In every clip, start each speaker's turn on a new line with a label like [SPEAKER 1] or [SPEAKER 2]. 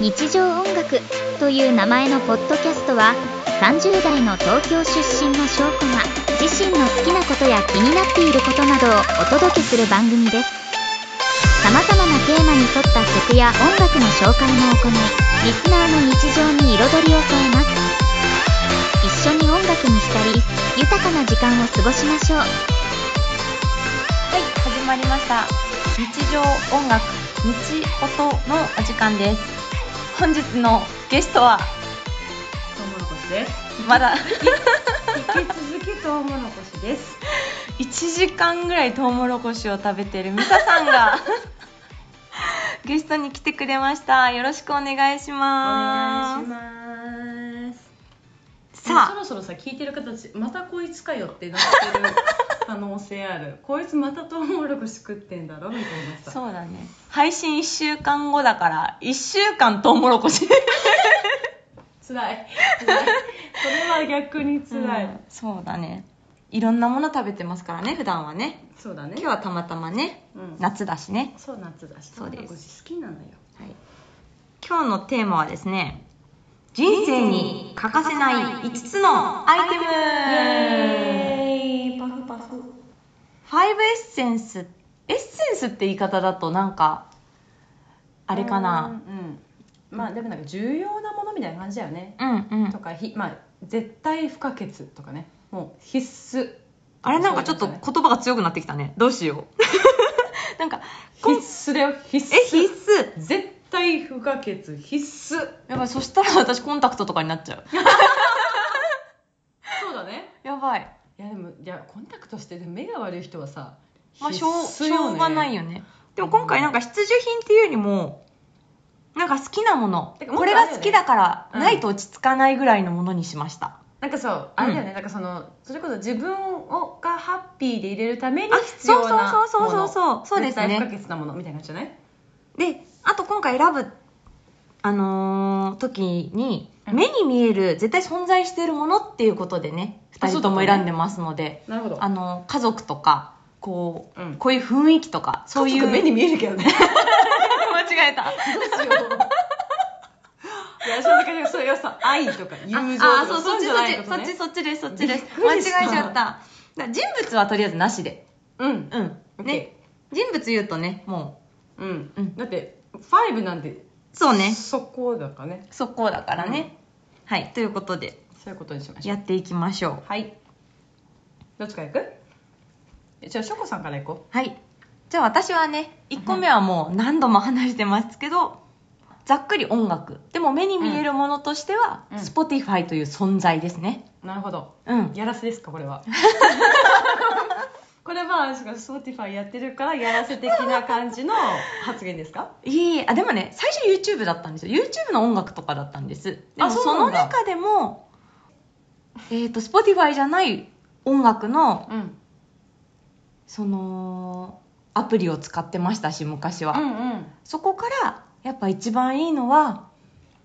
[SPEAKER 1] 日常音楽という名前のポッドキャストは30代の東京出身の翔子が自身の好きなことや気になっていることなどをお届けする番組です様々なテーマに沿った曲や音楽の紹介も行いリスナーの日常に彩りを添えます一緒に音楽に浸り豊かな時間を過ごしましょう
[SPEAKER 2] はい、始まりました。日常音楽、日音のお時間です。本日のゲストは、
[SPEAKER 3] トウモロコシです。
[SPEAKER 2] まだ
[SPEAKER 3] 引き続きトウモロコシです。
[SPEAKER 2] 1時間ぐらいトウモロコシを食べてるミサさんが、 ゲストに来てくれました。よろしくお願いし
[SPEAKER 3] お
[SPEAKER 2] ます。
[SPEAKER 3] 願いします。
[SPEAKER 2] さ
[SPEAKER 3] そ
[SPEAKER 2] あ、
[SPEAKER 3] ろそろさ聞いてる方たちまたこいつかよって なってる可能性ある。こいつまたトウモロコシ食ってんだろみたいなさ。
[SPEAKER 2] そうだね。配信1週間後だから、1週間トウモロコシ。
[SPEAKER 3] 辛い。辛いそれは逆に辛い。
[SPEAKER 2] うんそうだね。いろんなもの食べてますからね、普段はね。
[SPEAKER 3] そうだね。
[SPEAKER 2] 今日はたまたまね、
[SPEAKER 3] うん
[SPEAKER 2] 夏だしね。
[SPEAKER 3] そう夏だし。
[SPEAKER 2] そうです
[SPEAKER 3] トウモロコシ好きなのよ。
[SPEAKER 2] はい、今日のテーマはですね人生に欠かせない5つのアイテム
[SPEAKER 3] パフパフ。
[SPEAKER 2] ファイブエッセンスエッセンスって言い方だとなんかあれかな
[SPEAKER 3] うん。うんまあでもなんか重要なものみたいな感じだよね。
[SPEAKER 2] うんうん
[SPEAKER 3] とかひまあ絶対不可欠とかね。もう必須。
[SPEAKER 2] あれなんかちょっと
[SPEAKER 3] そういう感じ
[SPEAKER 2] 言
[SPEAKER 3] だね
[SPEAKER 2] 葉が強くなってきたねどうしよう なんか
[SPEAKER 3] 必
[SPEAKER 2] こんえ
[SPEAKER 3] 須だよ必須
[SPEAKER 2] 必須
[SPEAKER 3] 絶対不可欠必須
[SPEAKER 2] やばいそしたら私コンタクトとかになっちゃう
[SPEAKER 3] そうだね
[SPEAKER 2] やばい
[SPEAKER 3] いやでもいやコンタクトしてて目が悪い人はさ
[SPEAKER 2] まあしょう
[SPEAKER 3] 必須
[SPEAKER 2] しょうがないよねでも今回なんか必需品っていうよりもなんか好きなもの
[SPEAKER 3] てかもっと
[SPEAKER 2] これが好きだからないと落ち着かないぐらいのものにしました、
[SPEAKER 3] なんかそうあれだよね、なんかそのそれこそ自分をがハッピーでいれるために
[SPEAKER 2] あ
[SPEAKER 3] 必要なも
[SPEAKER 2] そ
[SPEAKER 3] の
[SPEAKER 2] うそうそうそうそうそうですね
[SPEAKER 3] 絶対不可欠なものみたいな感じじゃない
[SPEAKER 2] であと今回選ぶあのー時に
[SPEAKER 3] うん
[SPEAKER 2] 目に見える絶対存在しているものっていうことでね2
[SPEAKER 3] あ
[SPEAKER 2] 人
[SPEAKER 3] そう
[SPEAKER 2] と
[SPEAKER 3] だね
[SPEAKER 2] も選んでますので、
[SPEAKER 3] なるほど
[SPEAKER 2] あのー家族とかこう、
[SPEAKER 3] うん
[SPEAKER 2] こういう雰囲気とかそういう
[SPEAKER 3] 家族目に見えるけどね
[SPEAKER 2] 間違えた
[SPEAKER 3] どうしよういやそれだけじゃそういうさ愛とか友情とか
[SPEAKER 2] ああそうそっ
[SPEAKER 3] い
[SPEAKER 2] ち
[SPEAKER 3] の
[SPEAKER 2] そっ
[SPEAKER 3] ない
[SPEAKER 2] ちそ
[SPEAKER 3] こと
[SPEAKER 2] っ
[SPEAKER 3] ね
[SPEAKER 2] ちそっちですそっちです
[SPEAKER 3] びっく
[SPEAKER 2] 間違え
[SPEAKER 3] り
[SPEAKER 2] ち
[SPEAKER 3] した
[SPEAKER 2] ゃっただから人物はとりあえずなしで
[SPEAKER 3] うん
[SPEAKER 2] うんね人物言うとねも
[SPEAKER 3] うん、
[SPEAKER 2] うん
[SPEAKER 3] だって5なんて
[SPEAKER 2] うそうね
[SPEAKER 3] そこだからね
[SPEAKER 2] そこだからね、はいということで
[SPEAKER 3] そういうことにしましょう
[SPEAKER 2] やっていきましょう
[SPEAKER 3] はい。どっちから行くえじゃあ、しょこさんから行こ
[SPEAKER 2] はいじゃあ私はね1個目はもう何度も話してますけどざっくり音楽でも目に見えるものとしては、
[SPEAKER 3] うん
[SPEAKER 2] Spotify という存在ですね
[SPEAKER 3] う。なるほど。
[SPEAKER 2] うん
[SPEAKER 3] やらせですか、これは。 これは、しかも Spotify やってるから、やらせ的な感じの発言ですか
[SPEAKER 2] いいあでもね最初 YouTube だったんですよ YouTube の音楽とかだったんですでも
[SPEAKER 3] あ
[SPEAKER 2] そ
[SPEAKER 3] そうな
[SPEAKER 2] の
[SPEAKER 3] んだ
[SPEAKER 2] 中でもえっ、と Spotify じゃない音楽の
[SPEAKER 3] うん。うん
[SPEAKER 2] そのアプリを使ってましたし昔は、
[SPEAKER 3] うん。
[SPEAKER 2] そこからやっぱ一番いいのは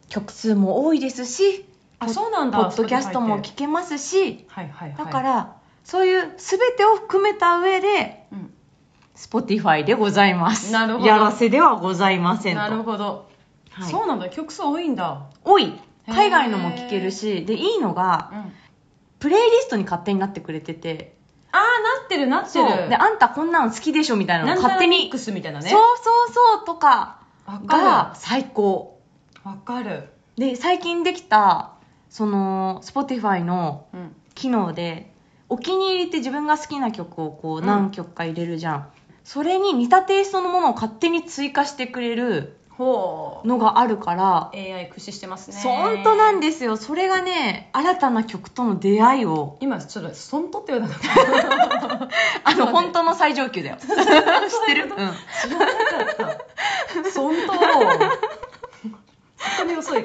[SPEAKER 2] 曲数も多いですし
[SPEAKER 3] あ、そうなん
[SPEAKER 2] ポ
[SPEAKER 3] だ。
[SPEAKER 2] ッドキャスト
[SPEAKER 3] Spotify
[SPEAKER 2] も
[SPEAKER 3] って
[SPEAKER 2] 聞けますし
[SPEAKER 3] はいはいはい。
[SPEAKER 2] だから、そういう全てを含めた上で
[SPEAKER 3] うん、
[SPEAKER 2] Spotify でございます
[SPEAKER 3] なるほど
[SPEAKER 2] やらせではございませんと
[SPEAKER 3] なるほど。
[SPEAKER 2] はい
[SPEAKER 3] そうなんだ。曲数多いんだ。
[SPEAKER 2] 多い海外のも聞けるしでいいのが
[SPEAKER 3] うん。あ
[SPEAKER 2] プレイリストに勝手になってくれてて
[SPEAKER 3] ー、なってるなって
[SPEAKER 2] そう
[SPEAKER 3] る。
[SPEAKER 2] であんたこんなの好きでしょみたいなの
[SPEAKER 3] なんた
[SPEAKER 2] 勝
[SPEAKER 3] ら
[SPEAKER 2] 手
[SPEAKER 3] ミッ
[SPEAKER 2] に、
[SPEAKER 3] クスみたいなね。
[SPEAKER 2] そうそうそうとか
[SPEAKER 3] わか
[SPEAKER 2] が最高
[SPEAKER 3] る。わかる。
[SPEAKER 2] で最近できたその Spotify の
[SPEAKER 3] うん。
[SPEAKER 2] 機能でお気に入りって自分が好きな曲をこう
[SPEAKER 3] うん
[SPEAKER 2] 何曲か入れるじゃん、それに似たテイストのものを勝手に追加してくれる
[SPEAKER 3] ほう。
[SPEAKER 2] のがあるから、
[SPEAKER 3] AI 駆使してますね。
[SPEAKER 2] そう本当なんですよそれがね新たな曲との出会いを
[SPEAKER 3] 今ちょっと「そんと」って言わなかった
[SPEAKER 2] あの
[SPEAKER 3] そうね
[SPEAKER 2] 本当の最上 級だよ知ってる、うん、
[SPEAKER 3] 知らなか った「そんと」本当に遅い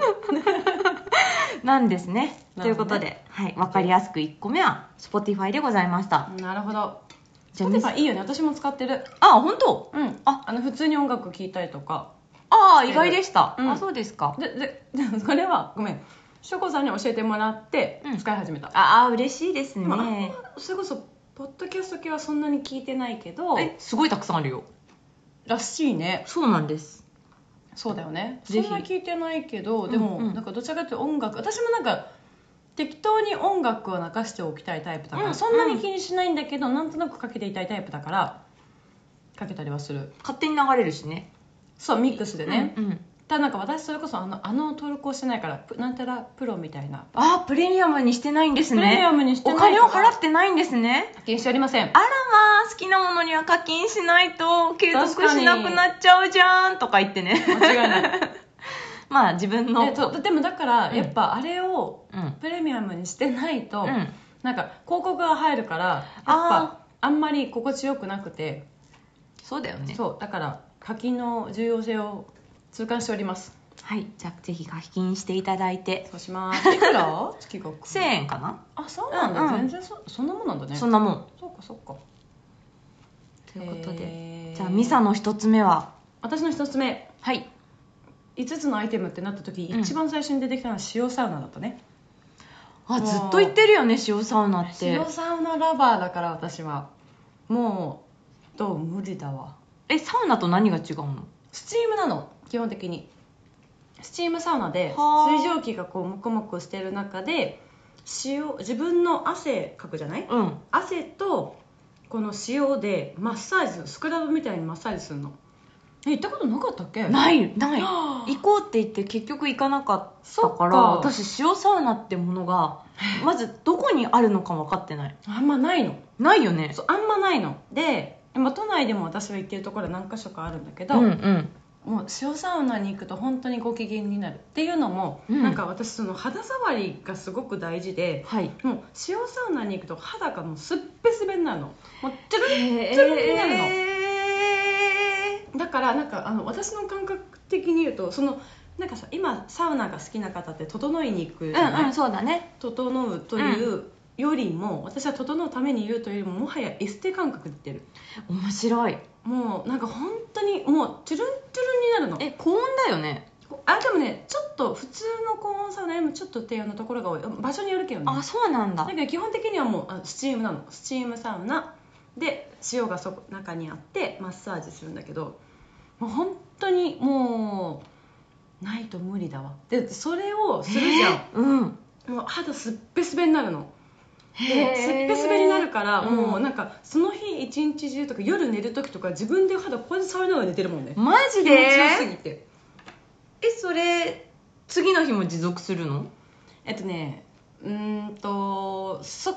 [SPEAKER 2] なんですね
[SPEAKER 3] な
[SPEAKER 2] とい
[SPEAKER 3] る
[SPEAKER 2] う
[SPEAKER 3] ほ
[SPEAKER 2] こ
[SPEAKER 3] ど
[SPEAKER 2] と
[SPEAKER 3] ね
[SPEAKER 2] で、はい、分かりやすく1個目は Spotify でございました
[SPEAKER 3] なるほど
[SPEAKER 2] じゃあ
[SPEAKER 3] Spotify いいよね私も使ってる
[SPEAKER 2] あ本当
[SPEAKER 3] うん
[SPEAKER 2] あ
[SPEAKER 3] あの普通に音楽聴いたりとか
[SPEAKER 2] ああ意外でした、
[SPEAKER 3] うん
[SPEAKER 2] あそうですか
[SPEAKER 3] でででこれはごめんしょこさんに教えてもらって
[SPEAKER 2] うん
[SPEAKER 3] 使い始めた、
[SPEAKER 2] ああ嬉しいです
[SPEAKER 3] でもあ
[SPEAKER 2] ね
[SPEAKER 3] それこそポッドキャスト系はそんなに聞いてないけど
[SPEAKER 2] えすごいたくさんあるよ
[SPEAKER 3] らしいね
[SPEAKER 2] そうなんですそうだよね
[SPEAKER 3] そ
[SPEAKER 2] ぜ
[SPEAKER 3] ん
[SPEAKER 2] ひ
[SPEAKER 3] な聞いてないけどでも、
[SPEAKER 2] うんうん
[SPEAKER 3] なんかどちらかというと音楽私もなんか適当に音楽を流しておきたいタイプだから、
[SPEAKER 2] うん
[SPEAKER 3] そんなに気にしないんだけど、なんとなくかけていたいタイプだからかけたりはする
[SPEAKER 2] 勝手に流れるしね
[SPEAKER 3] そうミックスでね、
[SPEAKER 2] ね、うん
[SPEAKER 3] ただなんか私それこそあのあの登録をしてないからプなんたらプロみたいな
[SPEAKER 2] あープレミアムにしてないんです
[SPEAKER 3] プレミア
[SPEAKER 2] ね
[SPEAKER 3] ムにして
[SPEAKER 2] お
[SPEAKER 3] ないか
[SPEAKER 2] 金
[SPEAKER 3] ら
[SPEAKER 2] を払ってないんですね
[SPEAKER 3] 課金しておりません
[SPEAKER 2] あらまあ好きなものには課金しないと継続しなくなっちゃうじゃんとか言ってね
[SPEAKER 3] 間違いない
[SPEAKER 2] まあ自分の
[SPEAKER 3] えっとでもだから、
[SPEAKER 2] うん
[SPEAKER 3] やっぱあれを
[SPEAKER 2] うん、
[SPEAKER 3] プレミアムにしてないと、
[SPEAKER 2] うん、
[SPEAKER 3] なんか広告が入るからやっ
[SPEAKER 2] あ
[SPEAKER 3] ぱあんまり心地よくなくて
[SPEAKER 2] そうだよね
[SPEAKER 3] そうだから課金の重要性を痛感しております
[SPEAKER 2] はいじゃあぜひ課金していただいて
[SPEAKER 3] そうしますいく ら月額
[SPEAKER 2] 1000円かな、
[SPEAKER 3] あそうなんだ、
[SPEAKER 2] うんうん
[SPEAKER 3] 全然そそんなもんなんだね
[SPEAKER 2] そ
[SPEAKER 3] そ
[SPEAKER 2] ん
[SPEAKER 3] う
[SPEAKER 2] なもん
[SPEAKER 3] かそうか
[SPEAKER 2] ということで、
[SPEAKER 3] へー
[SPEAKER 2] じゃあミサの一つ目は
[SPEAKER 3] 私の一つ目
[SPEAKER 2] はい
[SPEAKER 3] 5つのアイテムってなった時、
[SPEAKER 2] うん
[SPEAKER 3] 一番最初に出てきたのは塩サウナだったね
[SPEAKER 2] あ
[SPEAKER 3] もう
[SPEAKER 2] ずっと言ってるよね塩サウナって
[SPEAKER 3] 塩サウナラバーだから私はもうどう無理だわ
[SPEAKER 2] えサウナと何が違うの
[SPEAKER 3] スチームなの基本的にスチームサウナで
[SPEAKER 2] はあ
[SPEAKER 3] 水蒸気がこうモコモコしてる中で塩自分の汗かくじゃない
[SPEAKER 2] うん
[SPEAKER 3] 汗とこの塩でマッサージするスクラブみたいにマッサージするのえ行ったことなかったっけい
[SPEAKER 2] ないない
[SPEAKER 3] あ
[SPEAKER 2] 行こうって言って結局行かなかった
[SPEAKER 3] そっ
[SPEAKER 2] から
[SPEAKER 3] か
[SPEAKER 2] 私塩サウナってものが まずどこにあるのか分かってない
[SPEAKER 3] あんまないの
[SPEAKER 2] ないよね
[SPEAKER 3] そうあんまないので今都内でも私は行ってるところは何か所かあるんだけど、
[SPEAKER 2] うんうん
[SPEAKER 3] もう塩サウナに行くと本当にご機嫌になるっていうのも、
[SPEAKER 2] うん
[SPEAKER 3] なんか私その肌触りがすごく大事で
[SPEAKER 2] はい
[SPEAKER 3] もう塩サウナに行くと肌がもうすっぺすべになるのもうちょろ
[SPEAKER 2] へ
[SPEAKER 3] ちょろになるの、
[SPEAKER 2] え
[SPEAKER 3] だからなんかあの私の感覚的に言うとそのなんかさ今サウナが好きな方って整いに行くじゃない、
[SPEAKER 2] うんうんそうだね
[SPEAKER 3] 整うというよりも、私は整うためにいるというよりももはやエステ感覚で言ってる
[SPEAKER 2] 面白い
[SPEAKER 3] もうなんか本当にもうチュルンチュルンになるの
[SPEAKER 2] え高温だよね
[SPEAKER 3] あでもねちょっと普通の高温サウナよりもちょっと低温のところが多い場所によるけどね
[SPEAKER 2] あそうなんだ
[SPEAKER 3] だけど基本的にはもうあスチームなのスチームサウナで塩がそこ中にあってマッサージするんだけどもう本当にもうないと無理だわでそれをするじゃん、
[SPEAKER 2] えーうん
[SPEAKER 3] もう肌すっぺすべになるのです
[SPEAKER 2] へー
[SPEAKER 3] っぺすべになるから
[SPEAKER 2] うん
[SPEAKER 3] もうなんかその日一日中とか夜寝る時とか自分で肌こうやって触りながら寝てるもんね
[SPEAKER 2] マジ
[SPEAKER 3] 気持
[SPEAKER 2] で
[SPEAKER 3] ちよすぎて
[SPEAKER 2] えそれ次の日も持続するの
[SPEAKER 3] えっとねうーんとそう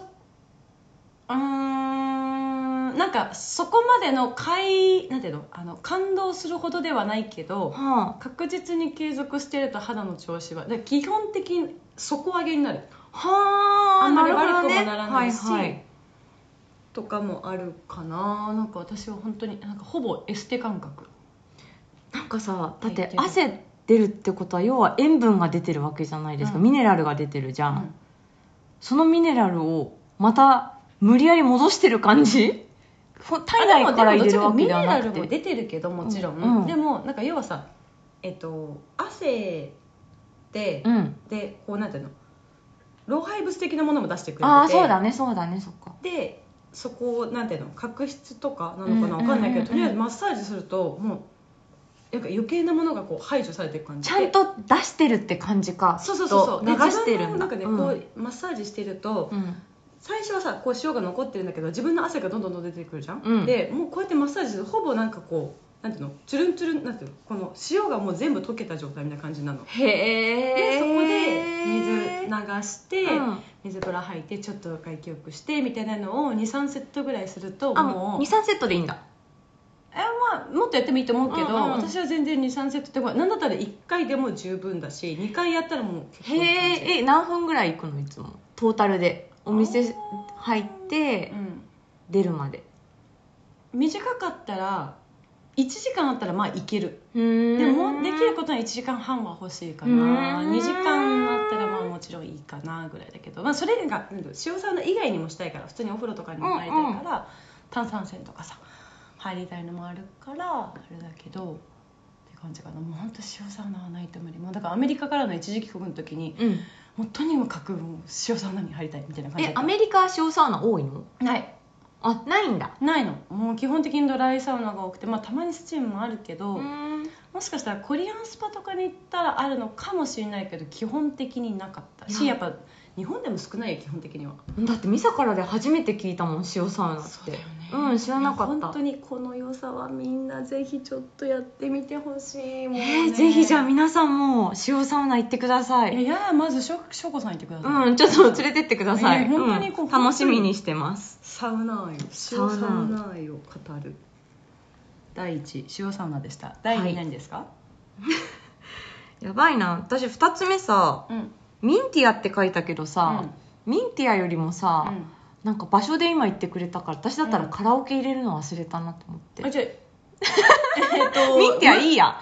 [SPEAKER 3] ーんなんかそこまでの快なんていうのあの感動するほどではないけど
[SPEAKER 2] は
[SPEAKER 3] 確実に継続してると肌の調子はだから基本的に底上げになる
[SPEAKER 2] あは
[SPEAKER 3] あ
[SPEAKER 2] あ
[SPEAKER 3] んまり
[SPEAKER 2] なるほど
[SPEAKER 3] 悪く
[SPEAKER 2] ね
[SPEAKER 3] もならないし
[SPEAKER 2] はいはい
[SPEAKER 3] とかもあるかななんか私は本当になんかほぼエステ感覚
[SPEAKER 2] なんかさだっ
[SPEAKER 3] はい
[SPEAKER 2] て
[SPEAKER 3] でも
[SPEAKER 2] 汗出るってことは要は塩分が出てるわけじゃないですか、
[SPEAKER 3] うん
[SPEAKER 2] ミネラルが出てるじゃん、
[SPEAKER 3] うん
[SPEAKER 2] そのミネラルをまた無理やり戻してる感じほ体内から入れるわけではなく
[SPEAKER 3] ミネラル
[SPEAKER 2] て
[SPEAKER 3] も出てるけどもちろん、
[SPEAKER 2] うんうん
[SPEAKER 3] でもなんか要はさえっと汗で、
[SPEAKER 2] うん
[SPEAKER 3] でこうなんていうの老廃物的なものも出してくれてて
[SPEAKER 2] ああそうだねそうだねそっか
[SPEAKER 3] でそこをなんていうの角質とかなのかな
[SPEAKER 2] うん
[SPEAKER 3] わかんない
[SPEAKER 2] うんうんう
[SPEAKER 3] けど、
[SPEAKER 2] ん
[SPEAKER 3] とりあえずマッサージするともうなんか余計なものがこう排除されていく感じ
[SPEAKER 2] ち
[SPEAKER 3] で
[SPEAKER 2] ゃんと出してるって感じか
[SPEAKER 3] そうそうそうそう
[SPEAKER 2] きっ
[SPEAKER 3] で
[SPEAKER 2] と流してるんだ
[SPEAKER 3] 自分
[SPEAKER 2] うん
[SPEAKER 3] のなんかねこうマッサージしてると、
[SPEAKER 2] うん
[SPEAKER 3] 最初はさこう塩が残ってるんだけど自分の汗がどんどんどんどん出てくるじゃん、
[SPEAKER 2] うん
[SPEAKER 3] でもうこうやってマッサージするとほぼなんかこうなんていうのチュルンチュルンなんていうのこの塩がもう全部溶けた状態みたいな感じなの
[SPEAKER 2] へえ
[SPEAKER 3] でそこで水流して、
[SPEAKER 2] うん
[SPEAKER 3] 水風呂入ってちょっと外気浴してみたいなのを23セットぐらいすると
[SPEAKER 2] あも
[SPEAKER 3] も
[SPEAKER 2] う
[SPEAKER 3] う
[SPEAKER 2] 23セットでいいんだ
[SPEAKER 3] えまあもっとやってもいいと思うけど、
[SPEAKER 2] うんうん
[SPEAKER 3] 私は全然23セットって何だったら1回でも十分だし2回やったらもう結構
[SPEAKER 2] へ
[SPEAKER 3] いい感じ
[SPEAKER 2] ええ何分ぐらい行くのいつもトータルでお店入って
[SPEAKER 3] うん
[SPEAKER 2] 出るまで
[SPEAKER 3] 短かったら1時間あったらまあいける
[SPEAKER 2] で
[SPEAKER 3] でもできることは1時間半は欲しいかな
[SPEAKER 2] うん
[SPEAKER 3] 2時間あったらまあもちろんいいかなぐらいだけど、まあ、それがうん塩サウナ以外にもしたいから普通にお風呂とかにも入りたいから、炭酸泉とかさ入りたいのもあるからあれだけどって感じかなもう本当塩サウナはないと無理もうだからアメリカからの一時帰国の時に
[SPEAKER 2] うん
[SPEAKER 3] もうとにもかくもう塩サウナに入りたいみたいな感じ
[SPEAKER 2] え
[SPEAKER 3] だった
[SPEAKER 2] アメリカは塩サウナ多いの
[SPEAKER 3] ない
[SPEAKER 2] あないんだ
[SPEAKER 3] ないのもう基本的にドライサウナが多くて、まあ、たまにスチームもあるけど、
[SPEAKER 2] うん
[SPEAKER 3] もしかしたらコリアンスパとかに行ったらあるのかもしれないけど基本的になかった
[SPEAKER 2] い
[SPEAKER 3] し
[SPEAKER 2] や
[SPEAKER 3] やっぱ日本でも少ないよ基本的には
[SPEAKER 2] だってミサからで初めて聞いたもん塩サウナってうん知らなかった
[SPEAKER 3] いや本当にこの良さはみんなぜひちょっとやってみてほしいもん、
[SPEAKER 2] え
[SPEAKER 3] ね
[SPEAKER 2] ー、ぜひじゃあ皆さんも塩サウナ行ってくださ
[SPEAKER 3] い
[SPEAKER 2] い
[SPEAKER 3] やいやまずしょしょこさん行ってください、
[SPEAKER 2] うんちょっと連れてってください、
[SPEAKER 3] えー本当にこう
[SPEAKER 2] うん楽しみにしてます
[SPEAKER 3] サウナ愛塩サウナ愛を語る第一塩サウナでした第
[SPEAKER 2] はい
[SPEAKER 3] 二何ですか、
[SPEAKER 2] やばいな私2つ目さ
[SPEAKER 3] うん
[SPEAKER 2] ミンティアって書いたけどさ、ミンティアよりもさ、
[SPEAKER 3] うんうん
[SPEAKER 2] なんか場所で今言ってくれたから私だったら
[SPEAKER 3] うん
[SPEAKER 2] カラオケ入れるの忘れたなと思って、
[SPEAKER 3] あじゃあえ っと
[SPEAKER 2] ミンティアいいや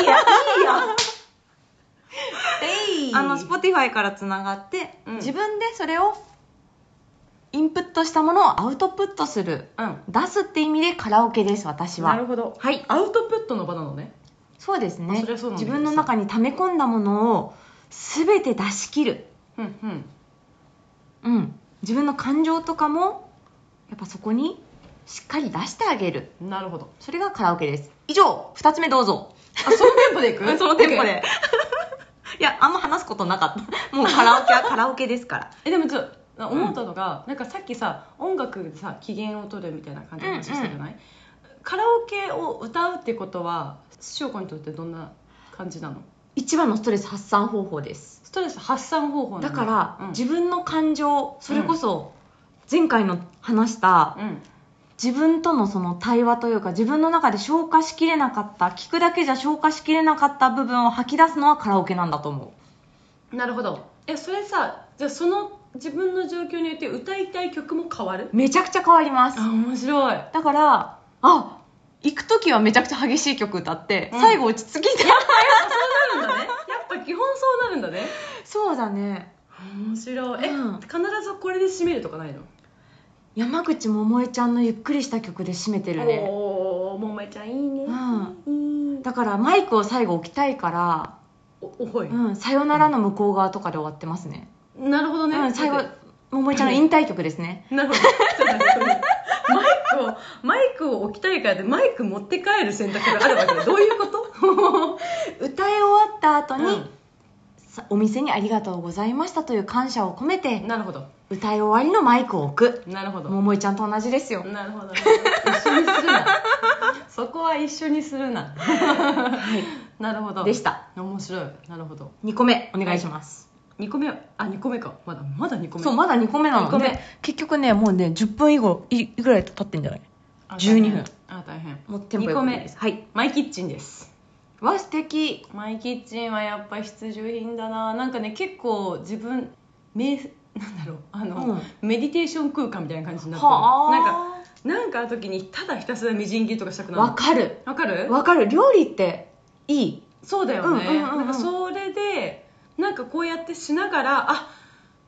[SPEAKER 3] いやいいや えい
[SPEAKER 2] あの Spotify からつながって、
[SPEAKER 3] うん
[SPEAKER 2] 自分でそれをインプットしたものをアウトプットする
[SPEAKER 3] うん
[SPEAKER 2] 出すって意味でカラオケです私
[SPEAKER 3] なる
[SPEAKER 2] は
[SPEAKER 3] ほど
[SPEAKER 2] はい
[SPEAKER 3] アウトプットの場なのね
[SPEAKER 2] そうです
[SPEAKER 3] あ
[SPEAKER 2] ね
[SPEAKER 3] そりゃそうなん
[SPEAKER 2] 自
[SPEAKER 3] だけ
[SPEAKER 2] 分
[SPEAKER 3] どさ
[SPEAKER 2] の中に溜め込んだものを全て出し切る
[SPEAKER 3] うんうん
[SPEAKER 2] うん自分の感情とかもやっぱそこにしっかり出してあげる
[SPEAKER 3] なるほど
[SPEAKER 2] それがカラオケです以上2つ目どうぞ
[SPEAKER 3] あ そのテンポでいく
[SPEAKER 2] そのテンポ
[SPEAKER 3] OK
[SPEAKER 2] でいやあんま話すことなかったもうカラオケはカラオケですから
[SPEAKER 3] えでもちょっと思ったのが、なんかさっきさ音楽でさ機嫌を取るみたいな感じの話したじゃない、カラオケを歌うってことは翔子にとってどんな感じなの
[SPEAKER 2] 一番のストレス発散方法です
[SPEAKER 3] ストレス発散方法な
[SPEAKER 2] だ
[SPEAKER 3] の
[SPEAKER 2] から、
[SPEAKER 3] うん
[SPEAKER 2] 自分の感情それこそ前回の話した
[SPEAKER 3] うん
[SPEAKER 2] 自分とのその対話というか自分の中で消化しきれなかった聞くだけじゃ消化しきれなかった部分を吐き出すのはカラオケなんだと思
[SPEAKER 3] なるほどえそれさじゃあその自分の状況によって歌いたい曲も変わる
[SPEAKER 2] うめちゃくちゃ変わります
[SPEAKER 3] あ面白い
[SPEAKER 2] だからあ行く時はめちゃくちゃ激しい曲歌って、
[SPEAKER 3] うん
[SPEAKER 2] 最後落ち着き た
[SPEAKER 3] そうなんだねやっぱ基本そうなるんだね
[SPEAKER 2] そうだね
[SPEAKER 3] 面白いえ、
[SPEAKER 2] うん
[SPEAKER 3] 必ずこれで締めるとかないの
[SPEAKER 2] 山口百恵ちゃんのゆっくりした曲で締めてるね
[SPEAKER 3] おおもめちゃんいいね
[SPEAKER 2] う
[SPEAKER 3] いい
[SPEAKER 2] だからマイクを最後置きたいから
[SPEAKER 3] おおい、
[SPEAKER 2] うん、さよならの向こう側とかで終わってますね。
[SPEAKER 3] なるほどね、
[SPEAKER 2] うん、最後
[SPEAKER 3] ちょっ、
[SPEAKER 2] 桃井ちゃんの引退曲ですね。
[SPEAKER 3] となるほどちょっと待ってマイクをマイクを置きたいからでマイク持って帰る選択があるわけでどういうこと
[SPEAKER 2] 歌い終わった後に、
[SPEAKER 3] うん
[SPEAKER 2] さお店にありがとうございましたという感謝を込めて、
[SPEAKER 3] なるほど
[SPEAKER 2] 歌い終わりのマイクを置く。
[SPEAKER 3] なるほど
[SPEAKER 2] 桃井ちゃんと同じですよ。
[SPEAKER 3] なるほどね一緒にするな そこは一緒にするななるほど
[SPEAKER 2] でした。
[SPEAKER 3] 面白いなるほど
[SPEAKER 2] 2個目、お願いします。
[SPEAKER 3] 2個目はあ二個目かまだまだ2個目
[SPEAKER 2] そう、まだ2個目な
[SPEAKER 3] 二
[SPEAKER 2] の
[SPEAKER 3] 個
[SPEAKER 2] で、
[SPEAKER 3] 目
[SPEAKER 2] 結局ね、もうね、10分以後、いいくらい経ってんじゃない
[SPEAKER 3] あ
[SPEAKER 2] 12分
[SPEAKER 3] あ大変
[SPEAKER 2] もうテンポよく
[SPEAKER 3] 二個目
[SPEAKER 2] ですはい。
[SPEAKER 3] マイキッチンです
[SPEAKER 2] わ、素敵。
[SPEAKER 3] マイキッチンはやっぱ必需品だななんかね結構自分めなんだろうあ
[SPEAKER 2] う
[SPEAKER 3] の、
[SPEAKER 2] ん。は
[SPEAKER 3] メディテーション空間みたいな感じになってるなんか
[SPEAKER 2] あ。
[SPEAKER 3] なんかある時にただひたすらみじん切りとかしたくな
[SPEAKER 2] わ
[SPEAKER 3] る
[SPEAKER 2] かる。
[SPEAKER 3] わかる
[SPEAKER 2] わかる。料理って、いい。
[SPEAKER 3] そうだよね、
[SPEAKER 2] うんうんうんうん
[SPEAKER 3] なんかそれでなんかこうやってしながらあ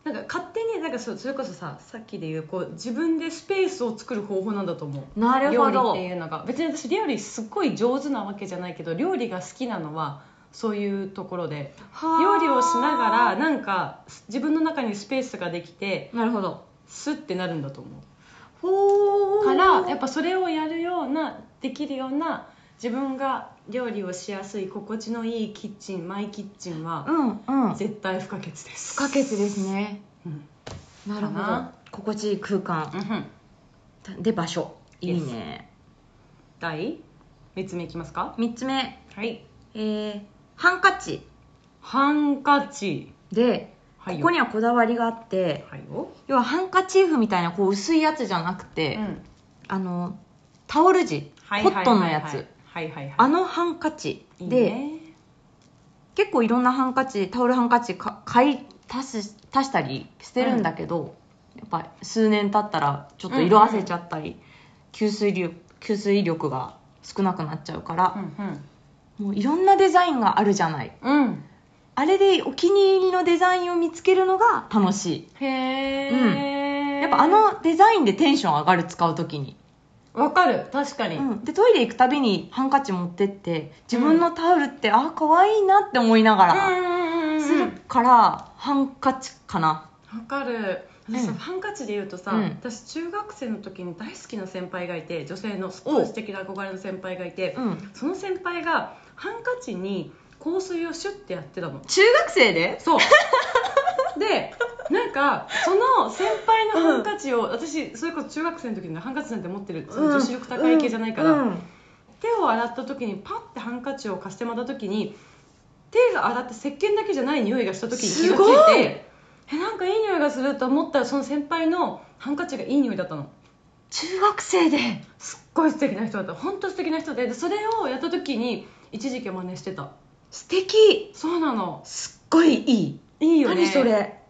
[SPEAKER 3] なんか勝手になんかそうそれこそささっきで言うこう自分でスペースを作る方法なんだと思う
[SPEAKER 2] なる
[SPEAKER 3] 料
[SPEAKER 2] ほ
[SPEAKER 3] 理
[SPEAKER 2] ど。
[SPEAKER 3] っていうのが別に私料理すっごい上手なわけじゃないけど料理が好きなのはそういうところで料理をしながらなんか自分の中にスペースができて
[SPEAKER 2] なるほど
[SPEAKER 3] スッてなるんだと思う
[SPEAKER 2] ほ
[SPEAKER 3] からやっぱそれをやるようなできるような自分が料理をしやすい心地のいいキッチンマイキッチンは
[SPEAKER 2] うんうん
[SPEAKER 3] 絶対不可欠です
[SPEAKER 2] 不可欠ですね
[SPEAKER 3] うん
[SPEAKER 2] なるほ
[SPEAKER 3] か
[SPEAKER 2] ど
[SPEAKER 3] な
[SPEAKER 2] 心地いい空間
[SPEAKER 3] うんうん
[SPEAKER 2] で場所い
[SPEAKER 3] Yes
[SPEAKER 2] いね
[SPEAKER 3] 第3つ目いきますか
[SPEAKER 2] 3つ目
[SPEAKER 3] はい
[SPEAKER 2] えーハンカチ
[SPEAKER 3] ハンカチ
[SPEAKER 2] で
[SPEAKER 3] は
[SPEAKER 2] こ
[SPEAKER 3] いよ
[SPEAKER 2] こにはこだわりがあって
[SPEAKER 3] はいよ、
[SPEAKER 2] 要はハンカチーフみたいなこう薄いやつじゃなくて、
[SPEAKER 3] うん
[SPEAKER 2] あのタオル地
[SPEAKER 3] はい
[SPEAKER 2] コ
[SPEAKER 3] はいはいは
[SPEAKER 2] ッ
[SPEAKER 3] い
[SPEAKER 2] トンのやつ
[SPEAKER 3] はいはいはい
[SPEAKER 2] あのハンカチ
[SPEAKER 3] いい
[SPEAKER 2] で
[SPEAKER 3] ね
[SPEAKER 2] 結構いろんなハンカチタオルハンカチか買い足す足したり捨てるんだけど、やっぱ数年経ったらちょっと色あせちゃったり、吸水力吸水力が少なくなっちゃうから、もういろんなデザインがあるじゃない
[SPEAKER 3] うんうんうん
[SPEAKER 2] あれでお気に入りのデザインを見つけるのが楽し
[SPEAKER 3] へえ、
[SPEAKER 2] いやっぱあのデザインでテンション上がる使う時に、
[SPEAKER 3] わかる確かに、
[SPEAKER 2] うんでトイレ行くたびにハンカチ持ってって自分のタオルって、ああ可愛いなって思いながら、
[SPEAKER 3] うんうんうんうん
[SPEAKER 2] するからハンカチかな
[SPEAKER 3] わかる私さ
[SPEAKER 2] うん
[SPEAKER 3] ハンカチで言うとさ、
[SPEAKER 2] うん
[SPEAKER 3] 私中学生の時に大好きな先輩がいて女性のすごい素敵な憧れの先輩がいて
[SPEAKER 2] うん
[SPEAKER 3] その先輩がハンカチに香水をシュッてやってたの
[SPEAKER 2] 中学生で
[SPEAKER 3] そう でなんかその先輩のハンカチを、私それこそ中学生の時にハンカチなんて持ってるその女子力高い系じゃないから、
[SPEAKER 2] うん
[SPEAKER 3] 手を洗った時にパッてハンカチを貸してもらった時に手が洗った石鹸だけじゃない匂いがした時に気
[SPEAKER 2] す
[SPEAKER 3] がつ
[SPEAKER 2] ご
[SPEAKER 3] い
[SPEAKER 2] い
[SPEAKER 3] てえなんかいい匂いがすると思ったらその先輩のハンカチがいい匂いだったの
[SPEAKER 2] 中学生です
[SPEAKER 3] っごい素敵な人だった本当素敵な人ででそれをやった時に一時期真似してた
[SPEAKER 2] 素敵
[SPEAKER 3] そうなの
[SPEAKER 2] すっごいいい
[SPEAKER 3] いいよね
[SPEAKER 2] 何それ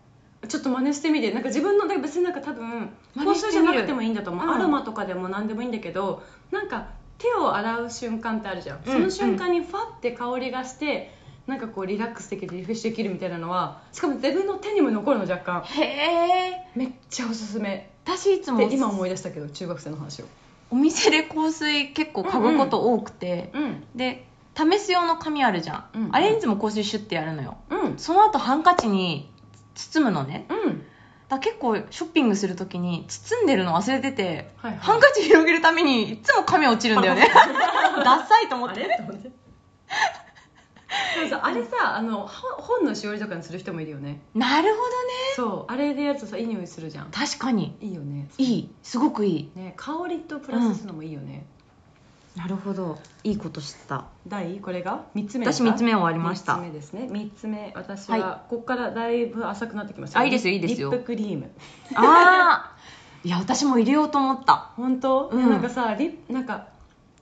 [SPEAKER 3] ちょっと真似してみてなんか自分のだから別になんか多分
[SPEAKER 2] 真
[SPEAKER 3] 香
[SPEAKER 2] 似して
[SPEAKER 3] 水
[SPEAKER 2] みる
[SPEAKER 3] じゃなくてもいいんだと思う、
[SPEAKER 2] うん
[SPEAKER 3] アロマとかでも何でもいいんだけどなんか手を洗う瞬間ってあるじゃん、
[SPEAKER 2] うん
[SPEAKER 3] その瞬間にファって香りがしてなんかこうリラックスできてリフレッシュできるみたいなのはしかも自分の手にも残るの若干
[SPEAKER 2] へえ
[SPEAKER 3] めっちゃおすすめ
[SPEAKER 2] 私いつも
[SPEAKER 3] で今思い出したけど中学生の話を
[SPEAKER 2] お店で香水結構嗅ぐこと多くて、
[SPEAKER 3] うん
[SPEAKER 2] で試す用の紙あるじゃん、
[SPEAKER 3] うん
[SPEAKER 2] あれいつも香水シュッてやるのよ
[SPEAKER 3] うん
[SPEAKER 2] その後ハンカチに包むのね
[SPEAKER 3] うん
[SPEAKER 2] だから結構ショッピングするときに包んでるの忘れてて
[SPEAKER 3] はい
[SPEAKER 2] ハンカチ広げるためにいつも髪落ちるんだよね ダッサいと思っ
[SPEAKER 3] あ
[SPEAKER 2] て
[SPEAKER 3] れと思ってでもさあれさあのほ本のしおりとかにする人もいるよね
[SPEAKER 2] なるほどね
[SPEAKER 3] そうあれでやるとさいい匂いするじゃん
[SPEAKER 2] 確かに
[SPEAKER 3] いいよね
[SPEAKER 2] いいすごくいい
[SPEAKER 3] ね、香りとプラスするのもいいよね、
[SPEAKER 2] なるほどいいこと知った
[SPEAKER 3] 第これが3つ目
[SPEAKER 2] 私3つ目終わりました
[SPEAKER 3] 3つ目ですね3つ目私は、
[SPEAKER 2] は
[SPEAKER 3] ここからだいぶ浅くなってきました
[SPEAKER 2] あいいですよいいですよ
[SPEAKER 3] リップクリーム
[SPEAKER 2] ああいや私も入れようと思った
[SPEAKER 3] 本当、
[SPEAKER 2] うん
[SPEAKER 3] なんかさリップなんか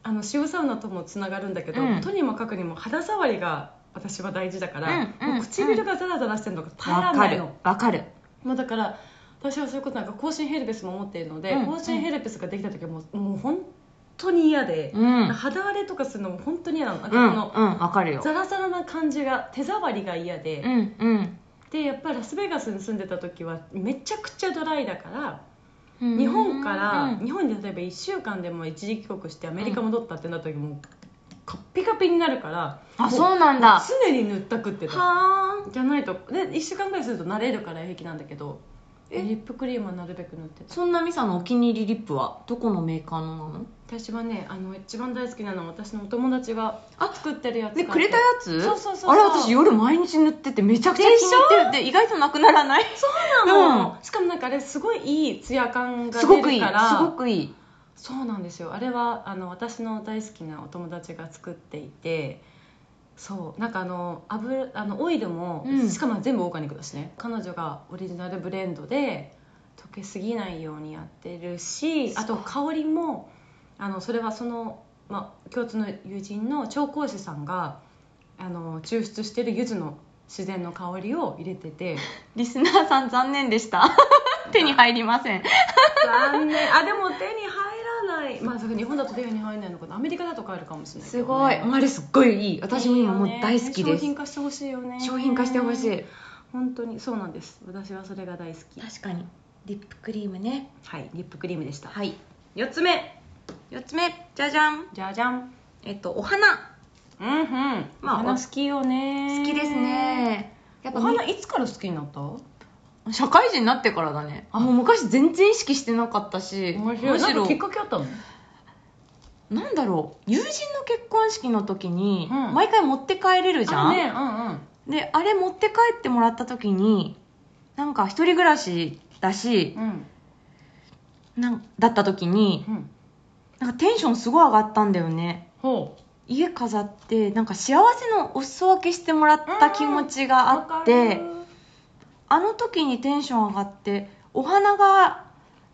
[SPEAKER 3] あの塩サウナともつながるんだけど、
[SPEAKER 2] うん
[SPEAKER 3] とにもかくにも肌触りが私は大事だから、
[SPEAKER 2] うんうん
[SPEAKER 3] もう唇がザラザラしてるのが耐えら
[SPEAKER 2] わ
[SPEAKER 3] れ
[SPEAKER 2] か
[SPEAKER 3] ない
[SPEAKER 2] る
[SPEAKER 3] の
[SPEAKER 2] わかる
[SPEAKER 3] もうだから私はそういうことなんか口唇ヘルペスも持っているので、
[SPEAKER 2] うん
[SPEAKER 3] 口唇ヘルペスができた時はもうもう本当に嫌で、
[SPEAKER 2] うん
[SPEAKER 3] 肌荒れとかするのも本当に嫌なのなん
[SPEAKER 2] うんう
[SPEAKER 3] か
[SPEAKER 2] ん
[SPEAKER 3] この、
[SPEAKER 2] わかるよ
[SPEAKER 3] ザラザラな感じが手触りが嫌で、
[SPEAKER 2] うんうん
[SPEAKER 3] でやっぱりラスベガスに住んでた時はめちゃくちゃドライだから、
[SPEAKER 2] うん
[SPEAKER 3] 日本から、
[SPEAKER 2] うん
[SPEAKER 3] 日本で例えば1週間でも一時帰国してアメリカ戻ったってなった時もうカッピカピになるから
[SPEAKER 2] あそうなんだ
[SPEAKER 3] 常に塗ったくってた
[SPEAKER 2] はあ
[SPEAKER 3] じゃないとで1週間ぐらいすると慣れるから平気なんだけどリ
[SPEAKER 2] え
[SPEAKER 3] ップクリームはなるべく塗ってた
[SPEAKER 2] そんなミサのお気に入りリップはどこのメーカーのなの
[SPEAKER 3] 私はねあの一番大好きなのは私のお友達が作ってるやつ
[SPEAKER 2] で
[SPEAKER 3] があ
[SPEAKER 2] くれたやつ
[SPEAKER 3] そうそうそうそう
[SPEAKER 2] あれ私夜毎日塗っててめちゃくちゃ気に入ってるって意外となくならない
[SPEAKER 3] そうなの、しかもなんかあれすごいいいツヤ感が
[SPEAKER 2] す
[SPEAKER 3] 出
[SPEAKER 2] ごくい
[SPEAKER 3] る
[SPEAKER 2] い
[SPEAKER 3] から
[SPEAKER 2] すごくいい
[SPEAKER 3] そうなんですよあれはあの私の大好きなお友達が作っていてそうなんかあの油あのオイルも、
[SPEAKER 2] うん
[SPEAKER 3] しかも全部オーガニックだしね彼女がオリジナルブレンドで溶けすぎないようにやってるしあと香りもあのそれはその、まあ、共通の友人の調香師さんがあの抽出してる柚子の自然の香りを入れてて
[SPEAKER 2] リスナーさん残念でした 手に入りません
[SPEAKER 3] 残念あでも手に入ら ないまあそれ日本だと手に入らないのかなアメリカだと買えるかもしれないけ
[SPEAKER 2] す
[SPEAKER 3] どね、
[SPEAKER 2] ごいあれすっごいいい私も今もう
[SPEAKER 3] いいよね
[SPEAKER 2] 大好きで
[SPEAKER 3] 商
[SPEAKER 2] す
[SPEAKER 3] 品化してほしいよね
[SPEAKER 2] 商品化してほしい
[SPEAKER 3] 本当にそうなんです私はそれが大好き
[SPEAKER 2] 確かにリップクリームね
[SPEAKER 3] はいリップクリームでした、
[SPEAKER 2] はい
[SPEAKER 3] 四4つ目
[SPEAKER 2] 4つ目じゃじゃん
[SPEAKER 3] じゃじゃん
[SPEAKER 2] えっとお花
[SPEAKER 3] うんうん
[SPEAKER 2] まあ
[SPEAKER 3] お花好きよ
[SPEAKER 2] 好
[SPEAKER 3] ね
[SPEAKER 2] きですねやっ
[SPEAKER 3] お
[SPEAKER 2] ぱ
[SPEAKER 3] 花いつから好きになった
[SPEAKER 2] 社会人になってからだねあもう昔全然意識してなかったしむし
[SPEAKER 3] なん
[SPEAKER 2] ろ
[SPEAKER 3] かきっかけあったの
[SPEAKER 2] なんだろう友人の結婚式の時に、
[SPEAKER 3] うん
[SPEAKER 2] 毎回持って帰れるじゃん
[SPEAKER 3] あねう
[SPEAKER 2] であれ持って帰ってもらった時になんか一人暮らしだし
[SPEAKER 3] んうんうん
[SPEAKER 2] なんだった時に
[SPEAKER 3] うん
[SPEAKER 2] なんかテンションすごい上がったんだよね
[SPEAKER 3] ほう
[SPEAKER 2] 家飾ってなんか幸せのお裾分けしてもらった気持ちがあって、
[SPEAKER 3] わかる
[SPEAKER 2] あの時にテンション上がってお花が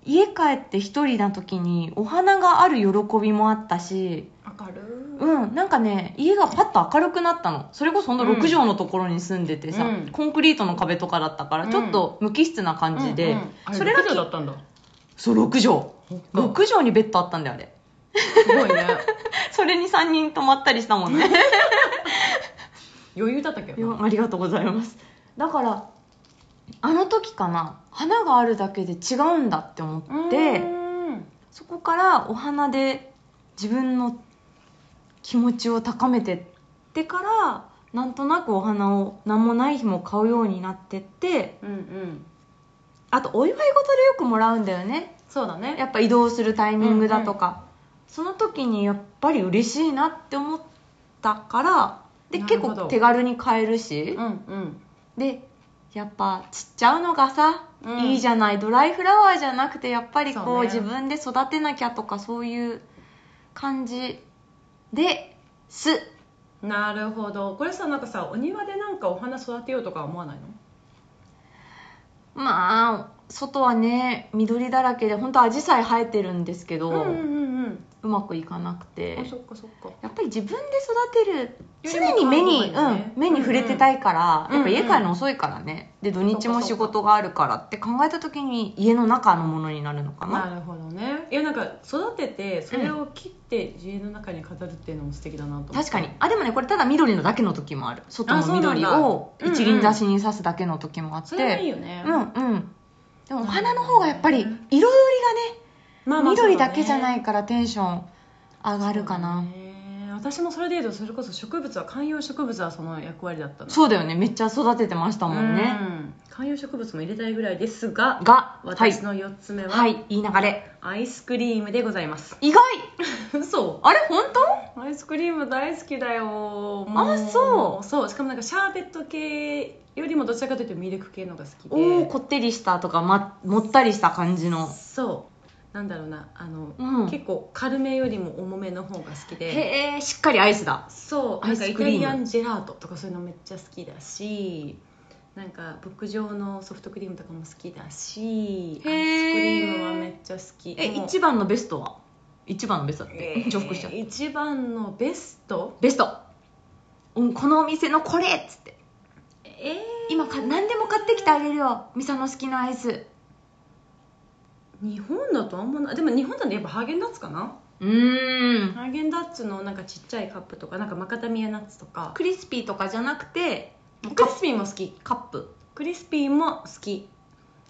[SPEAKER 2] 家帰って一人な時にお花がある喜びもあったし
[SPEAKER 3] わかる
[SPEAKER 2] うんなんかね家がパッと明るくなったのそれこそほんと
[SPEAKER 3] うん
[SPEAKER 2] 6畳のところに住んでてさ、
[SPEAKER 3] うん
[SPEAKER 2] コンクリートの壁とかだったから
[SPEAKER 3] うん
[SPEAKER 2] ちょっと無機質な感じで、
[SPEAKER 3] うんうんあ
[SPEAKER 2] それが
[SPEAKER 3] 六畳だったんだ
[SPEAKER 2] そう6畳
[SPEAKER 3] そっか
[SPEAKER 2] 6畳にベッドあったんだよあれ
[SPEAKER 3] すごいね
[SPEAKER 2] それに3人泊まったりしたもんね
[SPEAKER 3] 余裕だったけ
[SPEAKER 2] い
[SPEAKER 3] どな
[SPEAKER 2] やありがとうございますだからあの時かな花があるだけで違うんだって思って、
[SPEAKER 3] うん
[SPEAKER 2] そこからお花で自分の気持ちを高めてってからなんとなくお花を何もない日も買うようになってって
[SPEAKER 3] うんうん
[SPEAKER 2] あとお祝い事でよくもらうんだよね
[SPEAKER 3] そうだね
[SPEAKER 2] やっぱ移動するタイミングだとか、その時にやっぱり嬉しいなって思ったからで
[SPEAKER 3] な
[SPEAKER 2] 結
[SPEAKER 3] るほど
[SPEAKER 2] 構手軽に買えるし、
[SPEAKER 3] うんうん
[SPEAKER 2] でやっぱちっちゃうのがさ、
[SPEAKER 3] うん
[SPEAKER 2] いいじゃないドライフラワーじゃなくてやっぱり
[SPEAKER 3] そ
[SPEAKER 2] こ
[SPEAKER 3] う
[SPEAKER 2] う
[SPEAKER 3] ね
[SPEAKER 2] 自分で育てなきゃとかそういう感じです
[SPEAKER 3] なるほどこれさなんかさお庭でなんかお花育てようとかは思わないの
[SPEAKER 2] まあ外はね緑だらけで本当アジサイ生えてるんですけど、う
[SPEAKER 3] うんうん
[SPEAKER 2] まくいかなくて
[SPEAKER 3] あそっかそっか
[SPEAKER 2] やっぱり自分で育てる
[SPEAKER 3] より
[SPEAKER 2] 常
[SPEAKER 3] も
[SPEAKER 2] に目に、
[SPEAKER 3] 買う方がいいよね
[SPEAKER 2] うん、目に触れてたいから、
[SPEAKER 3] うんうん
[SPEAKER 2] やっぱ家帰るの遅いからねで土日も仕事があるからって考えた時に家の中のものになるのかな
[SPEAKER 3] なるほどねいやなんか育ててそれを切って家の中に飾るっていうのも素敵だなと思って
[SPEAKER 2] 確かにあでもねこれただ緑のだけの時もある外
[SPEAKER 3] あ
[SPEAKER 2] の
[SPEAKER 3] そうなん
[SPEAKER 2] 緑
[SPEAKER 3] だ
[SPEAKER 2] を
[SPEAKER 3] うんうん
[SPEAKER 2] 一輪挿しに刺すだけの時もあって、
[SPEAKER 3] それはいいよね、
[SPEAKER 2] うんうんでもお花の方がやっぱり彩りがね
[SPEAKER 3] まあまあ
[SPEAKER 2] 緑だけじゃないいからテンション上がるかな、
[SPEAKER 3] 私もそれで言うとそれこそ植物は観葉植物はその役割だったの
[SPEAKER 2] そうだよねめっちゃ育ててましたもんね、
[SPEAKER 3] うん観葉植物も入れたいぐらいですが
[SPEAKER 2] がはい
[SPEAKER 3] 私の4つ目は、
[SPEAKER 2] はいいい流れ
[SPEAKER 3] アイスクリームでございます
[SPEAKER 2] 意外
[SPEAKER 3] 嘘
[SPEAKER 2] あれ本当
[SPEAKER 3] アイスクリーム大好きだよも
[SPEAKER 2] あそう
[SPEAKER 3] そうしかもなんかシャーベット系よりもどちらかというとミルク系のが好きで
[SPEAKER 2] おおこってりしたとか、ま、もったりした感じの、
[SPEAKER 3] そうなんだろうなあの、
[SPEAKER 2] うん、
[SPEAKER 3] 結構軽めよりも重めの方が好きで
[SPEAKER 2] へえしっかりアイスだ
[SPEAKER 3] そう
[SPEAKER 2] ア
[SPEAKER 3] な
[SPEAKER 2] イ
[SPEAKER 3] んか
[SPEAKER 2] ス
[SPEAKER 3] イ
[SPEAKER 2] ク
[SPEAKER 3] タ
[SPEAKER 2] リーム
[SPEAKER 3] リアンジェラートとかそういうのめっちゃ好きだしなんか牧場のソフトクリームとかも好きだし
[SPEAKER 2] へ
[SPEAKER 3] ア
[SPEAKER 2] ー
[SPEAKER 3] イスクリームはめっちゃ好き
[SPEAKER 2] え
[SPEAKER 3] もう
[SPEAKER 2] 一番のベストは一番のベストだっ
[SPEAKER 3] え
[SPEAKER 2] て
[SPEAKER 3] ー
[SPEAKER 2] 重複しちゃった
[SPEAKER 3] 一番のベスト
[SPEAKER 2] ベストうんこのお店のこれっつって
[SPEAKER 3] え
[SPEAKER 2] 今か何でも買ってきてあげるよミサの好きなアイス
[SPEAKER 3] ー、日本だとあんまなでも日本だとやっぱハーゲンダッツかな
[SPEAKER 2] うーん
[SPEAKER 3] ハーゲンダッツのなんかちっちゃいカップとかなんかマカダミアナッツとか
[SPEAKER 2] クリスピーとかじゃなくて
[SPEAKER 3] クリスピーも好き
[SPEAKER 2] カップ
[SPEAKER 3] クリスピーも好き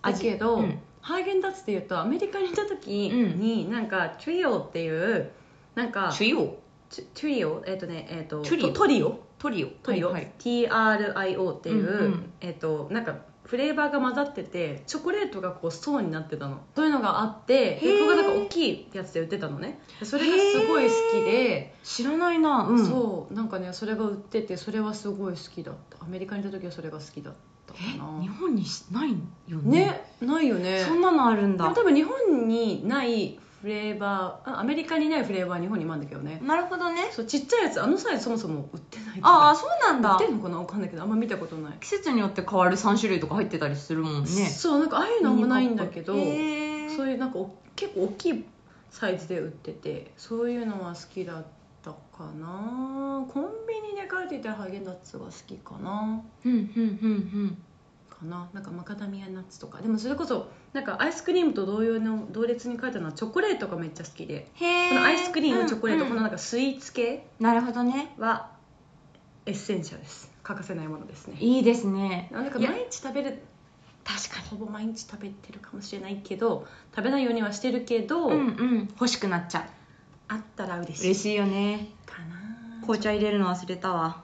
[SPEAKER 3] だ
[SPEAKER 2] 味
[SPEAKER 3] けど、
[SPEAKER 2] うん
[SPEAKER 3] ハーゲンダッツっていうとアメリカにいた時
[SPEAKER 2] うん
[SPEAKER 3] に、なんかトゥリオっていうなんか
[SPEAKER 2] 主要
[SPEAKER 3] トゥトゥリオえっ、とねえっ、と
[SPEAKER 2] トゥリオ
[SPEAKER 3] トリオ
[SPEAKER 2] トリオ
[SPEAKER 3] トリオ、
[SPEAKER 2] はいはい
[SPEAKER 3] TRIO っていう、
[SPEAKER 2] うんうん
[SPEAKER 3] えっ、となんかフレーバーが混ざっててチョコレートがこう層になってたのそういうのがあってで
[SPEAKER 2] へー
[SPEAKER 3] ここがなんか大きいやつで売ってたのねでそれがすごい好きで、
[SPEAKER 2] 知らないなうん
[SPEAKER 3] そうなんかねそれが売っててそれはすごい好きだったアメリカにいた時はそれが好きだったか
[SPEAKER 2] え日
[SPEAKER 3] な
[SPEAKER 2] 本にしないよね
[SPEAKER 3] ねないよね
[SPEAKER 2] そんなのあるん
[SPEAKER 3] でも
[SPEAKER 2] だ
[SPEAKER 3] 多分日本にないフレーバーあアメリカにないフレーバーは日本にもあるんだけどね
[SPEAKER 2] なるほどね
[SPEAKER 3] そうちっちゃいやつあのサイズそもそも売ってないから
[SPEAKER 2] ああそうなんだ
[SPEAKER 3] 売ってんのかなわかんないけどあんま見たことない、
[SPEAKER 2] 季節によって変わる3種類とか入ってたりするもんね
[SPEAKER 3] そうなんかああいうのあんまないんだけど、
[SPEAKER 2] へー
[SPEAKER 3] そういうなんかお結構大きいサイズで売っててそういうのは好きだったかなコンビニで買うって言ったらハーゲンダッツが好きかな
[SPEAKER 2] うんうんうん
[SPEAKER 3] かななんかマカダミアナッツとかでもそれこそなんかアイスクリームと同様の同列に書いたのはチョコレートがめっちゃ好きで、
[SPEAKER 2] うんへえ
[SPEAKER 3] このアイスクリームチョコレート、この
[SPEAKER 2] な
[SPEAKER 3] なんかスイーツ系
[SPEAKER 2] なるほどね
[SPEAKER 3] はエッセンシャルです欠かせないものですね
[SPEAKER 2] いいですね
[SPEAKER 3] なんか
[SPEAKER 2] いや
[SPEAKER 3] 毎日食べる確かにほぼ毎日食べてるかもしれないけど食べないようにはしてるけど、
[SPEAKER 2] うんうん欲しくなっちゃ
[SPEAKER 3] あったら嬉
[SPEAKER 2] う
[SPEAKER 3] しい
[SPEAKER 2] 嬉しいよね
[SPEAKER 3] かな
[SPEAKER 2] 紅茶入れるの忘れたわ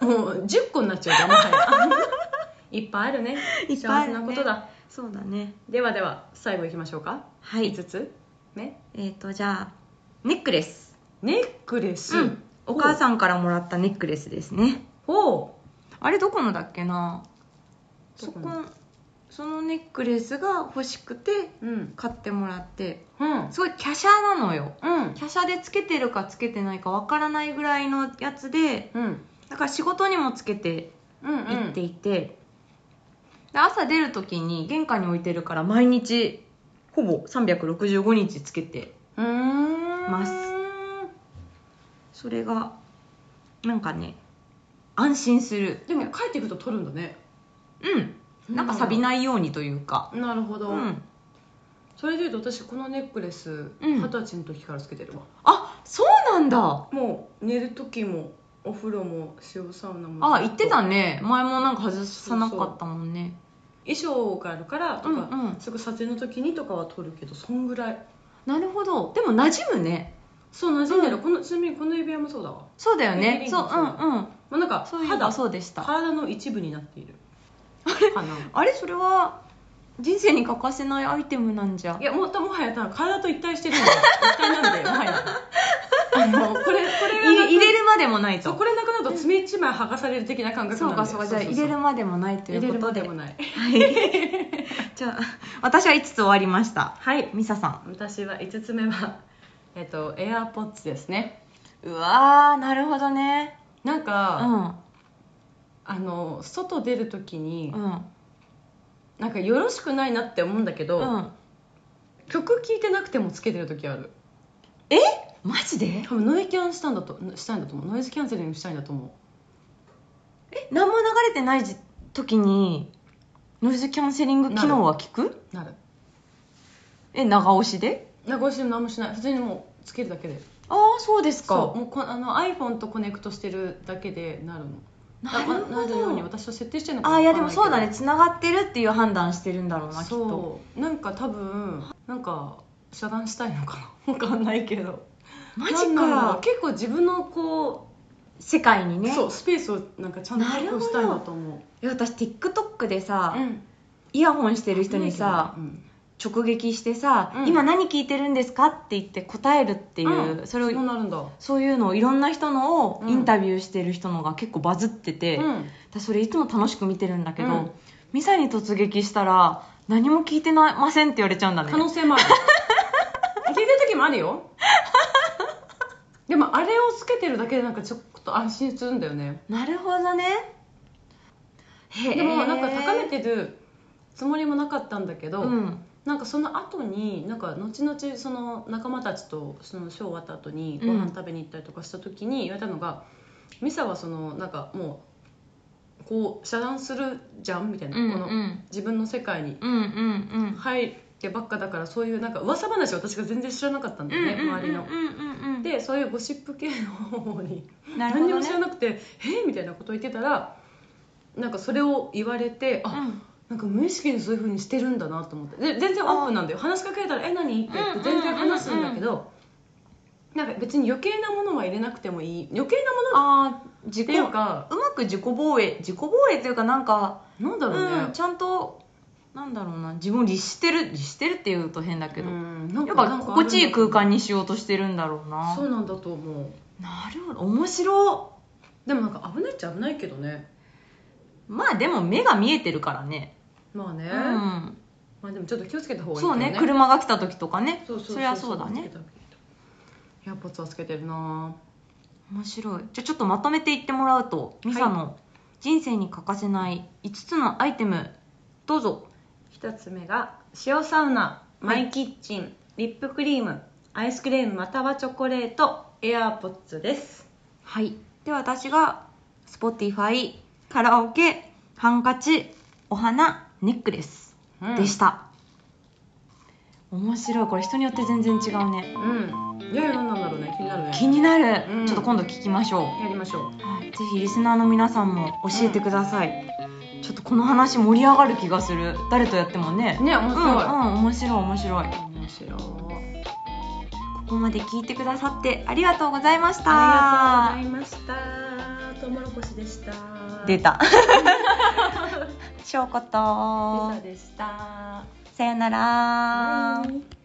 [SPEAKER 3] もう10個になっちゃうよもは やいっぱいあるね
[SPEAKER 2] いっぱいあるね
[SPEAKER 3] 幸せなことだ
[SPEAKER 2] そうだね
[SPEAKER 3] ではでは最後いきましょうか、
[SPEAKER 2] は
[SPEAKER 3] 5
[SPEAKER 2] い
[SPEAKER 3] つね
[SPEAKER 2] えっ、とじゃあネックレス
[SPEAKER 3] ネックレス、
[SPEAKER 2] うんお母さんからもらったネックレスですね
[SPEAKER 3] ほ
[SPEAKER 2] あれどこのだっけなそ
[SPEAKER 3] ど
[SPEAKER 2] こ
[SPEAKER 3] この
[SPEAKER 2] そのネックレスが欲しくて
[SPEAKER 3] ううん
[SPEAKER 2] 買ってもらって
[SPEAKER 3] うん
[SPEAKER 2] すごい華奢なのよ
[SPEAKER 3] うん
[SPEAKER 2] 華奢でつけてるかつけてないかわからないぐらいのやつで
[SPEAKER 3] うん
[SPEAKER 2] だから仕事にもつけて
[SPEAKER 3] うん
[SPEAKER 2] 行っていて、で朝出る時に玄関に置いてるから毎日ほぼ365日つけて
[SPEAKER 3] うーん
[SPEAKER 2] ますそれがなんかね安心する
[SPEAKER 3] でも帰っていくと取るんだね
[SPEAKER 2] うんなんか錆びないようにというか
[SPEAKER 3] なるほど、
[SPEAKER 2] うん
[SPEAKER 3] それでいうと私このネックレス
[SPEAKER 2] うん
[SPEAKER 3] 二十歳の時からつけてるわ、
[SPEAKER 2] あそうなんだ
[SPEAKER 3] もう寝る時もお風呂も塩サウナも
[SPEAKER 2] あ言ってたね前もなんか外さなかったもんね
[SPEAKER 3] 衣装があるからとか、
[SPEAKER 2] うんうん
[SPEAKER 3] すぐ撮影の時にとかは撮るけどそんぐらい
[SPEAKER 2] なるほどでも馴染むね
[SPEAKER 3] そう馴染んでる、
[SPEAKER 2] う
[SPEAKER 3] このちなみにこの指輪もそうだわ、ま
[SPEAKER 2] そうだよね
[SPEAKER 3] リングリング
[SPEAKER 2] そううんうん
[SPEAKER 3] あ、なんか
[SPEAKER 2] そういえば
[SPEAKER 3] 肌
[SPEAKER 2] そうでした
[SPEAKER 3] 体の一部になっているかな
[SPEAKER 2] あれそれは人生に欠かせないアイテムなんじゃ
[SPEAKER 3] いやもっともはやだ体と一体してるんだよ一体なんでもはやあ のこれこれが
[SPEAKER 2] 入れ入れ
[SPEAKER 3] る
[SPEAKER 2] るまでもない
[SPEAKER 3] そう
[SPEAKER 2] と
[SPEAKER 3] これなくなると爪一枚剥がされる的な感覚
[SPEAKER 2] そ
[SPEAKER 3] な
[SPEAKER 2] うん
[SPEAKER 3] だよ
[SPEAKER 2] かそうかじゃあ入れるまでもないとい
[SPEAKER 3] 入れ
[SPEAKER 2] うこと
[SPEAKER 3] るまで
[SPEAKER 2] で
[SPEAKER 3] もない
[SPEAKER 2] じゃあ 私は5つ終わりました
[SPEAKER 3] はい
[SPEAKER 2] ミサさん
[SPEAKER 3] 私は5つ目はえっと AirPods ですね
[SPEAKER 2] うわーなるほどね
[SPEAKER 3] なん
[SPEAKER 2] う
[SPEAKER 3] か、
[SPEAKER 2] ん
[SPEAKER 3] あの外出る時に、
[SPEAKER 2] うん
[SPEAKER 3] なんかよろしくないなって思うんだけど、
[SPEAKER 2] うん
[SPEAKER 3] 曲聴いてなくてもつけてる時ある
[SPEAKER 2] マジで
[SPEAKER 3] 多分ノイキャンしたんだとしたいんだと思うノイズキャンセリングしたいんだと思
[SPEAKER 2] 何も流れてないじ時にノイズキャンセリング機能は効く
[SPEAKER 3] うなる
[SPEAKER 2] え長押しで
[SPEAKER 3] 名越も何もしない普通にもうつけるだけで
[SPEAKER 2] ああそうです
[SPEAKER 3] そ
[SPEAKER 2] か
[SPEAKER 3] うもうこあの iPhone とコネクトしてるだけでなるの
[SPEAKER 2] なるほど
[SPEAKER 3] ななるように私は設定してるのか
[SPEAKER 2] あ
[SPEAKER 3] な
[SPEAKER 2] あいやでもそうだ
[SPEAKER 3] わ
[SPEAKER 2] ね
[SPEAKER 3] かんない
[SPEAKER 2] つながってるっていう判断してるんだろうなきっ
[SPEAKER 3] けど
[SPEAKER 2] と
[SPEAKER 3] そうなんか多分なんか遮断したいのかな わかんないけど
[SPEAKER 2] マジ
[SPEAKER 3] なんだろう
[SPEAKER 2] か
[SPEAKER 3] 結構自分のこ
[SPEAKER 2] 世界に
[SPEAKER 3] う、
[SPEAKER 2] ね
[SPEAKER 3] そうスペースをなんかちゃんと確保したいなと思う
[SPEAKER 2] いや私 TikTok でさ、
[SPEAKER 3] うん
[SPEAKER 2] イヤホンしてる人にさ
[SPEAKER 3] うん
[SPEAKER 2] 直撃してさ、
[SPEAKER 3] うん
[SPEAKER 2] 今何聞いてるんですか?」って言って答えるっていう、
[SPEAKER 3] うん
[SPEAKER 2] それ
[SPEAKER 3] そう
[SPEAKER 2] を
[SPEAKER 3] なるんだう
[SPEAKER 2] そういうのをいろんな人のを
[SPEAKER 3] うん
[SPEAKER 2] インタビューしてる人のが結構バズってて、
[SPEAKER 3] ん
[SPEAKER 2] 私それいつも楽しく見てるんだけど、
[SPEAKER 3] うん
[SPEAKER 2] ミサに突撃したら「何も聞いてなません」って言われちゃうんだね
[SPEAKER 3] 可能性もある聞いてる時もあ るよでもあれをつけてるだけでなんかちょっと安心するんだよね
[SPEAKER 2] なるほどねへえ
[SPEAKER 3] でもなんか高めてるつもりもなかったんだけど、
[SPEAKER 2] うん
[SPEAKER 3] なんかその後になんか後々その仲間たちとそのショー終わった後に
[SPEAKER 2] う
[SPEAKER 3] ご
[SPEAKER 2] ん
[SPEAKER 3] 飯食べに行ったりとかした時に言われたのが、ミサはそのなんかもうこう遮断するじゃんみたいな、
[SPEAKER 2] うんう
[SPEAKER 3] この
[SPEAKER 2] ん
[SPEAKER 3] 自分の世界に
[SPEAKER 2] うんうんうん
[SPEAKER 3] 入ってばっかだからそういうなんか噂話を私が全然知らなかったんだよね、周りの。
[SPEAKER 2] うんうんうんうん
[SPEAKER 3] でそういうゴシップ系の方に
[SPEAKER 2] なるほ
[SPEAKER 3] 何に
[SPEAKER 2] ど
[SPEAKER 3] も
[SPEAKER 2] ね
[SPEAKER 3] 知らなくて「えみたいなこと言ってたらなんかそれを言われてあ、
[SPEAKER 2] うん
[SPEAKER 3] なんか無意識にそういう風にしてるんだなと思ってで全然オープンなんだよ話しかけられたら「え何?」って言って全然話すんだけど、なんか別に余計なものは入れなくてもいい余計なもの
[SPEAKER 2] ああ自
[SPEAKER 3] って
[SPEAKER 2] 己
[SPEAKER 3] いうか
[SPEAKER 2] うまく自己防衛自己防衛というかなんか
[SPEAKER 3] なんだろう
[SPEAKER 2] うん
[SPEAKER 3] ね、
[SPEAKER 2] ちゃんとなんだろうな自分を律してる律してるっていうと変だけど、
[SPEAKER 3] うんなん
[SPEAKER 2] や
[SPEAKER 3] か
[SPEAKER 2] っぱ心地いい空間
[SPEAKER 3] に
[SPEAKER 2] にしようとしてるんだろうな
[SPEAKER 3] そうなんだと思う
[SPEAKER 2] なるほど面白
[SPEAKER 3] でもなんか危ないっちゃ危ないけどね
[SPEAKER 2] まあでも目が見えてるからね、
[SPEAKER 3] まあね、
[SPEAKER 2] うん
[SPEAKER 3] まあでもちょっと気をつけた方がいい
[SPEAKER 2] そ
[SPEAKER 3] か
[SPEAKER 2] う
[SPEAKER 3] も
[SPEAKER 2] ね車が来た時とかね
[SPEAKER 3] そうそう
[SPEAKER 2] そりゃそうだね
[SPEAKER 3] エアポッツはつけてるな
[SPEAKER 2] 面白いじゃあちょっとまとめていってもらうとミサの人生に欠かせない5つのアイテムどうぞ
[SPEAKER 3] 一つ目が塩サウナマイキッチン、リップクリームアイスクリームまたはチョコレートエアポッツです
[SPEAKER 2] はいで私が Spotify カラオケハンカチお花ネックレスでしたた、面白いこれ人によって全然違うね
[SPEAKER 3] うんいやいや何なんだろうね気になるね
[SPEAKER 2] 気になる、
[SPEAKER 3] うん
[SPEAKER 2] ちょっと今度聞きましょう
[SPEAKER 3] やりましょう
[SPEAKER 2] はいぜひリスナーの皆さんも教えてください、ちょっとこの話盛り上がる気がする誰とやってもね
[SPEAKER 3] ね
[SPEAKER 2] うん
[SPEAKER 3] 面
[SPEAKER 2] うん
[SPEAKER 3] 白い、
[SPEAKER 2] 面白い面白いこ
[SPEAKER 3] 面白い
[SPEAKER 2] こまで聞いてくださってありがとうございました
[SPEAKER 3] ありがとうございましたトウモロコシでした
[SPEAKER 2] 出 た しょうこと
[SPEAKER 3] リサでした
[SPEAKER 2] さよなら
[SPEAKER 3] バイ